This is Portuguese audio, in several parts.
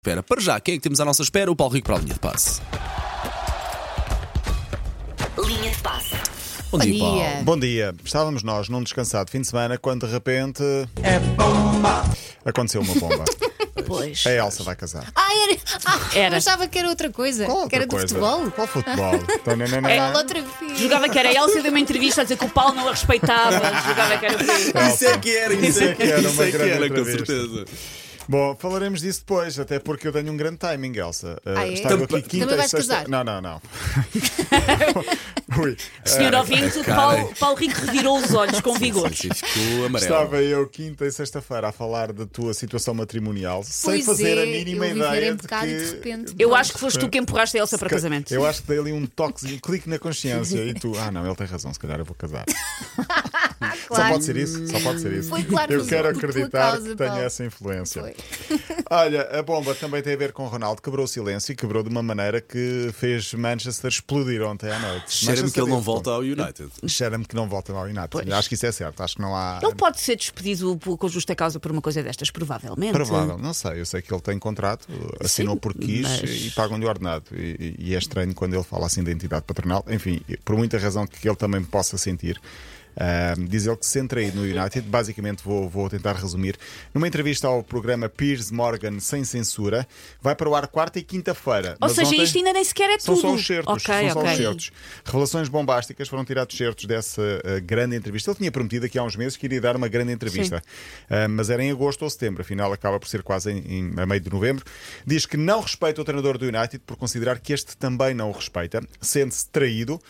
espera. Para já, quem é que temos à nossa espera? O Paulo Rico para a linha de passe. Linha de passe. Bom, dia. Paulo. Bom dia. Estávamos nós num descansado fim de semana quando de repente. É bomba! Aconteceu uma bomba. Pois. A Elsa vai casar. Ah, era. Ah, Era. Eu achava que era outra coisa. Qual outra que era do coisa? futebol. É. Qual futebol? Então, Qual Tananana. outra vez? Jogava que era ele, se deu uma entrevista a dizer que o Paulo não a respeitava. Jogava que era por aí. Isso é que era, isso é que era, uma grande com entrevista. certeza. Bom, falaremos disso depois, até porque eu tenho um grande timing, Elsa. Uh, Ah, é? estava Tampa- aqui quinta Também e vais sexta. casar? Não, não, não. Ui. Senhor Ah, ouvinte, cara. Paulo, Paulo Rico revirou os olhos com vigor. Sim, sim, ficou amarelo. Estava eu quinta e sexta-feira a falar da tua situação matrimonial sem Pois fazer é, a mínima eu vi ver ideia em de pecado que... e de repente- Eu acho que foste tu que empurraste a Elsa para Que- casamento. Eu acho que dei ali um toquezinho, um clique na consciência e tu, ah não, ele tem razão, se calhar eu vou casar. Só Claro. pode ser isso, só pode ser isso. Foi claro, eu mas quero por tua acreditar causa, que tenho Paulo. essa influência. Foi. Olha, a bomba também tem a ver com o Ronaldo, quebrou o silêncio e quebrou de uma maneira que fez Manchester explodir ontem à noite. Cheira-me Manchester que ele não disse, volta ao United. "Pô, Cheira-me que não volta ao United. Pois. Acho que isso é certo, acho que não há. Ele pode ser despedido por- com justa causa por uma coisa destas, provavelmente. Provável, não sei. Eu sei que ele tem contrato, assinou por quis mas- e pagam-lhe ordenado. E, e é estranho quando ele fala assim da entidade patronal. Enfim, por muita razão que ele também possa sentir. Ahm, diz ele que se centra aí no United. Basicamente, vou, vou tentar resumir. Numa entrevista ao programa Piers Morgan Sem Censura, vai para o ar quarta e quinta-feira. Ou Mas seja, ontem- isto ainda nem sequer é são tudo. só os certos. Ok, são só ok. os certos. Revelações bombásticas foram tirados certos dessa uh, grande entrevista. Ele tinha prometido aqui há uns meses que iria dar uma grande entrevista, Uh, mas era em agosto ou setembro, afinal acaba por ser quase em, em- a meio de novembro. Diz que não respeita o treinador do United por considerar que este também não o respeita, sente-se traído.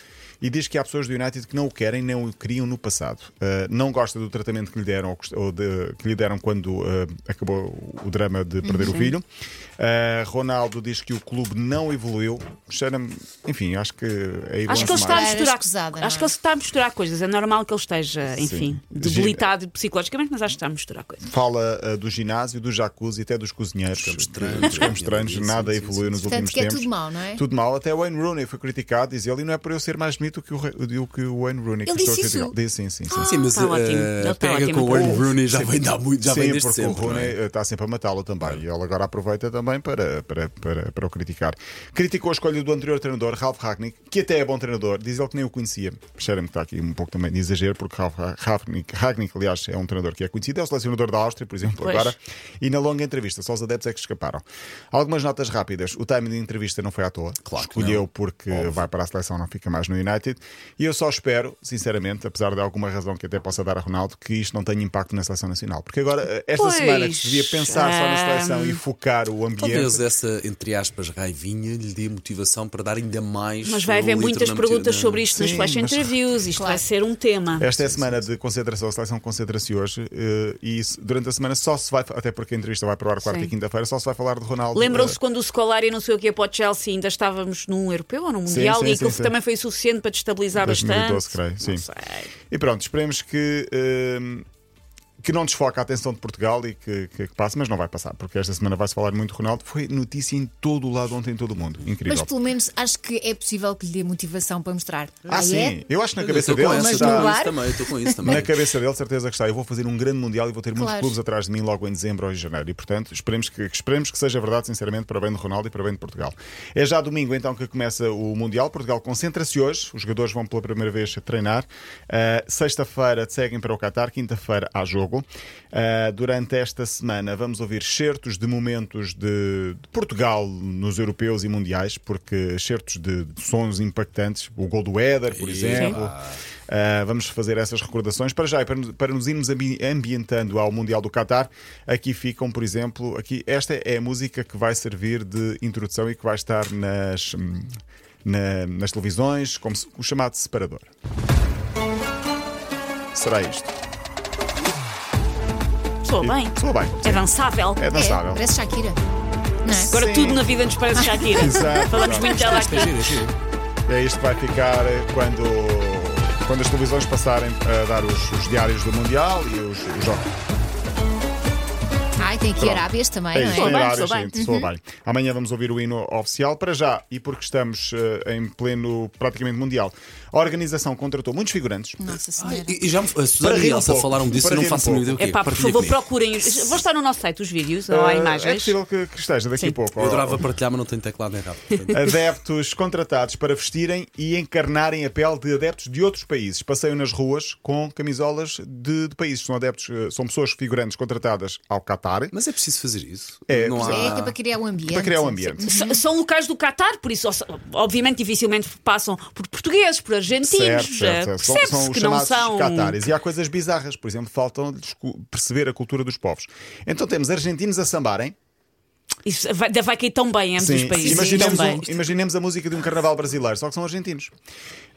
E diz que há pessoas do United que não o querem, nem o queriam no passado. Uh, não gosta do tratamento que lhe deram, ou cust- ou de- que lhe deram quando uh, acabou o drama de perder o filho. Uh, Ronaldo diz que o clube não evoluiu. Cheira-me, enfim, acho que é Acho que ele está a Era demais. misturar. escusada, não acho é? que ele está a misturar coisas. É normal que ele esteja, enfim, debilitado psicologicamente, mas acho que está a misturar coisas. Fala uh, do ginásio, do jacuzzi, até dos cozinheiros. estranhos. Dos campos estranhos, Sim, nada sim, evoluiu sim, nos sim. Portanto, últimos que é tempos. tudo mau, não é? Tudo mal. Até o Wayne Rooney foi criticado, diz ele, e não é por eu ser mais bonito que o, re- do que o Wayne Rooney. que Ele estou a disse Ah. criticar. Disse, sim, sim, sim. Sim, mas Está eh, ótimo. Ele está pega ótimo. com o Wayne Oh, Rooney já vem dar muito, já vem Sim, desde porque sempre. o não Rooney é? eh, está sempre a matá-lo também. E ele agora aproveita também para, para, para, para o criticar. Criticou a escolha do anterior treinador, Ralf Ragnick, que até é bom treinador. Diz ele que nem o conhecia. Cheira-me que está aqui um pouco também de exagero, porque Ralf Ra- Ragnick, Ragnick, aliás, é um treinador que é conhecido. É o selecionador da Áustria, por exemplo, Pois. agora. E na longa entrevista, só os adeptos é que escaparam. Algumas notas rápidas. O timing da entrevista não foi à toa. Claro que Escolheu não. porque vai para a seleção, não fica mais no United. E eu só espero, sinceramente, apesar de alguma razão que até possa dar a Ronaldo, que isto não tenha impacto na seleção nacional. Porque agora, eh, esta Pois, eh, semana que se devia pensar só na seleção e focar o ambiente. Talvez é. essa, entre aspas, raivinha lhe dê motivação para dar ainda mais. Mas vai haver litro muitas na perguntas metida. sobre isto né? nas Sim, flash mas- interviews. Isto vai ser um tema. Esta é a semana de concentração, a seleção concentra-se hoje eh, e se- durante a semana só se vai, até porque a entrevista vai para o ar quarta Sim. e quinta-feira, só se vai falar de Ronaldo. Lembram-se Eh, quando o Scolari anunciou que ia para o Chelsea ainda estávamos num europeu ou num mundial sim, e sim, que sim. também foi suficiente para destabilizar 2012, creio, bastante. sim. Não sei. E pronto, esperemos que. hum, que não desfoque a atenção de Portugal e que, que- que passe, mas não vai passar, porque esta semana vai-se falar muito de Ronaldo. Foi notícia em todo o lado ontem, em todo o mundo. Incrível. Mas pelo menos acho que é possível que lhe dê motivação para mostrar. ah, sim. é? Eu acho que na Eu cabeça estou dele. com essa, mas estou no com ar- isso também, estou com isso Na também. cabeça dele, certeza que está. Eu vou fazer um grande mundial e vou ter muitos Claro. clubes atrás de mim logo em dezembro ou em janeiro. E, portanto, esperemos que, esperemos que seja verdade, sinceramente, para bem de Ronaldo e para bem de Portugal. É já domingo, então, que começa o Mundial. Portugal concentra-se hoje. Os jogadores vão pela primeira vez a treinar. Ah, Sexta-feira seguem para o Qatar. Quinta-feira há jogo. Ah, durante esta semana vamos ouvir certos de momentos de, de Portugal nos europeus e mundiais, porque certos de, de sons impactantes. O gol do Éder, por exemplo. Uh, vamos fazer essas recordações para já e para, nos- para nos irmos ambi- ambientando ao Mundial do Qatar. Aqui ficam, por exemplo, aqui esta é a música que vai servir de introdução e que vai estar nas, hum, na- nas televisões, como se- o chamado separador. Será isto? Soa bem. Soa bem. É dançável. É dançável. É, parece Shakira. Não é? Agora Sim. tudo na vida nos parece Shakira. Exato, Falamos exato. muito dela aqui. É giro, é giro. É isto que vai ficar eh, quando, quando as televisões passarem a dar os, os diários do Mundial e os, os jogos. Ai, bem, tem aqui Pronto. Arábias também, não é? É isso, tem bem, horários, soa bem. Uhum. gente, soa bem. Amanhã vamos ouvir o hino oficial para já e porque estamos eh, em pleno, praticamente mundial. A organização contratou muitos figurantes. Nossa Senhora. Ai, e, e já me- a Susana Para e rir a um Elsa pouco, falaram disso e para não rir um faço a mínima ideia do É que pá, por favor, procurem. os- Vão estar no nosso site os vídeos ou há É imagens. possível que, que esteja daqui a Sim. pouco. Oh, Eu adorava partilhar, mas não tenho teclado nem rápido. portanto. Adeptos contratados para vestirem e encarnarem a pele de adeptos de outros países. Passeiam nas ruas com camisolas de, de países. São adeptos, eh, são pessoas figurantes contratadas ao Qatar Mas é preciso fazer isso. É, não é há... É que é para criar um ambiente. para criar um ambiente. S- São locais do Qatar, por isso, obviamente, dificilmente passam por portugueses, por argentinos. Certo, certo, certo. São- Percebe-se São os que não chamados são. catares. E há coisas bizarras, por exemplo, faltam descu- perceber a cultura dos povos. Então temos argentinos a sambarem. Isso vai, vai cair tão bem ambos os países. Imaginemos, tão bem. um- imaginemos a música de um carnaval brasileiro, só que são argentinos.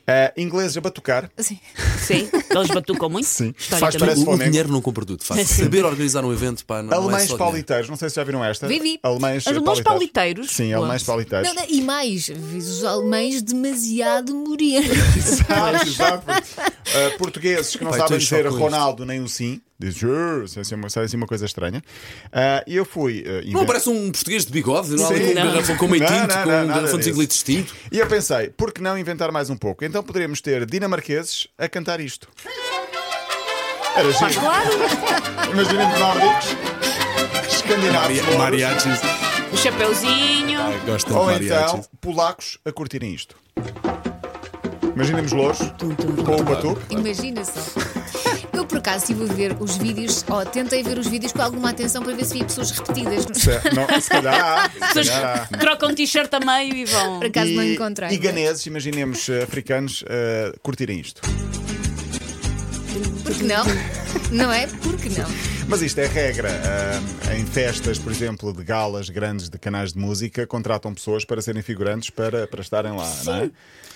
Ah, ingleses a batucar. Sim. Sim, eles batucam muito. Sim. Faz Historicamente. Parece o, o Flamengo. dinheiro não compra tudo. Faz. Sim. Saber organizar um evento para não é alemães só dinheiro. pauliteiros, não sei se já viram esta. Vi, vi. Alemães, Alemães pauliteiros? Sim, Boa. alemães pauliteiros. Não, não, e mais, os alemães demasiado morenos. Exato, exato. Ah, portugueses que não Pai, sabem estou em dizer choque com isto. Ronaldo nem o sim. Dizem, "Jur", sai assim uma- sai assim uma coisa estranha. Ah, E eu fui. ah, Não inven- parece um português de bigode, não há ali Sim. com um Não. garrafão com meio Não, tinto, não, com não, um nada garrafão de disso. 5 litros de tinto. E eu pensei, por que não inventar mais um pouco? Então poderíamos ter dinamarqueses a cantar isto. Era giro. Imaginemos nórdicos, escandinavos, Maria- pobres, Mariachis. O chapeuzinho. Ai, gosto tanto de ou então mariachis. polacos a curtirem isto. Imaginemos louros com o batuque. Imagina só. Eu por acaso estive a ver os vídeos, ó, tentei ver os vídeos com alguma atenção para ver se via pessoas repetidas. Se, não, se calhar há, se Pessoas calhar há. trocam t-shirt a meio e vão. Por acaso não E- encontrei. E ganeses, imaginemos eh, africanos, eh, curtirem isto. Porque não? Não é? Porque não? Mas isto é regra. Ah, em festas, por exemplo, de galas grandes de canais de música, contratam pessoas para serem figurantes para, para estarem lá, não é?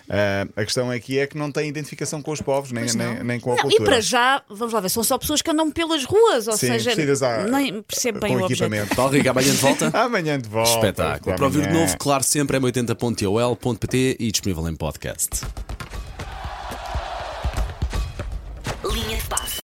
Ah, a questão aqui é que não têm identificação com os povos, nem, Pois não. nem, nem com a Não, e cultura. para já, vamos lá ver, são só pessoas que andam pelas ruas, ou Sim, seja, vestidas à- nem percebe bem com o objeto. equipamento. Tal, Rica, Tá, amanhã de volta. Amanhã de então- volta. Espetáculo. Até Para ouvir de amanhã. novo, claro, sempre é 80.ol.pt e disponível em podcast.